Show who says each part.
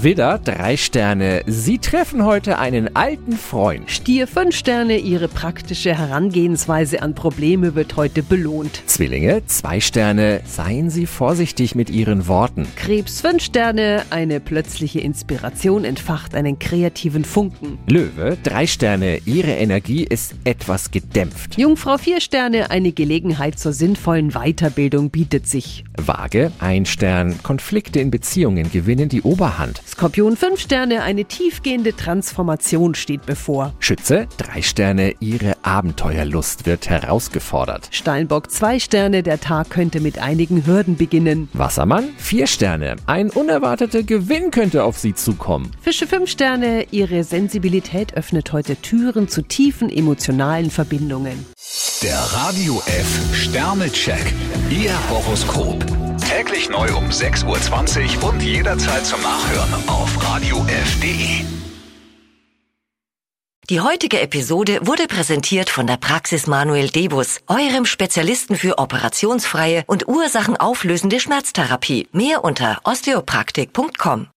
Speaker 1: Widder, drei Sterne. Sie treffen heute einen alten Freund.
Speaker 2: Stier 5 Sterne, Ihre praktische Herangehensweise an Probleme wird heute belohnt.
Speaker 1: Zwillinge, zwei Sterne. Seien Sie vorsichtig mit Ihren Worten.
Speaker 2: Krebs 5 Sterne, eine plötzliche Inspiration entfacht einen kreativen Funken.
Speaker 1: Löwe, drei Sterne. Ihre Energie ist etwas gedämpft.
Speaker 2: Jungfrau 4 Sterne, eine Gelegenheit zur sinnvollen Weiterbildung bietet sich.
Speaker 1: Waage, ein Stern. Konflikte in Beziehungen gewinnen die Oberhand.
Speaker 2: Skorpion 5 Sterne, eine tiefgehende Transformation steht bevor.
Speaker 1: Schütze, drei Sterne. Ihre Abenteuerlust wird herausgefordert.
Speaker 2: Steinbock 2 Sterne, der Tag könnte mit einigen Hürden beginnen.
Speaker 1: Wassermann, vier Sterne. Ein unerwarteter Gewinn könnte auf Sie zukommen.
Speaker 2: Fische 5 Sterne, Ihre Sensibilität öffnet heute Türen zu tiefen emotionalen Verbindungen.
Speaker 3: Der Radio F Sternecheck. Ihr Horoskop. Täglich neu um 6.20 Uhr und jederzeit zum Nachhören auf Radio E. radiof.de.
Speaker 4: Die heutige Episode wurde präsentiert von der Praxis Manuel Debus, eurem Spezialisten für operationsfreie und ursachenauflösende Schmerztherapie. Mehr unter osteopraktik.com.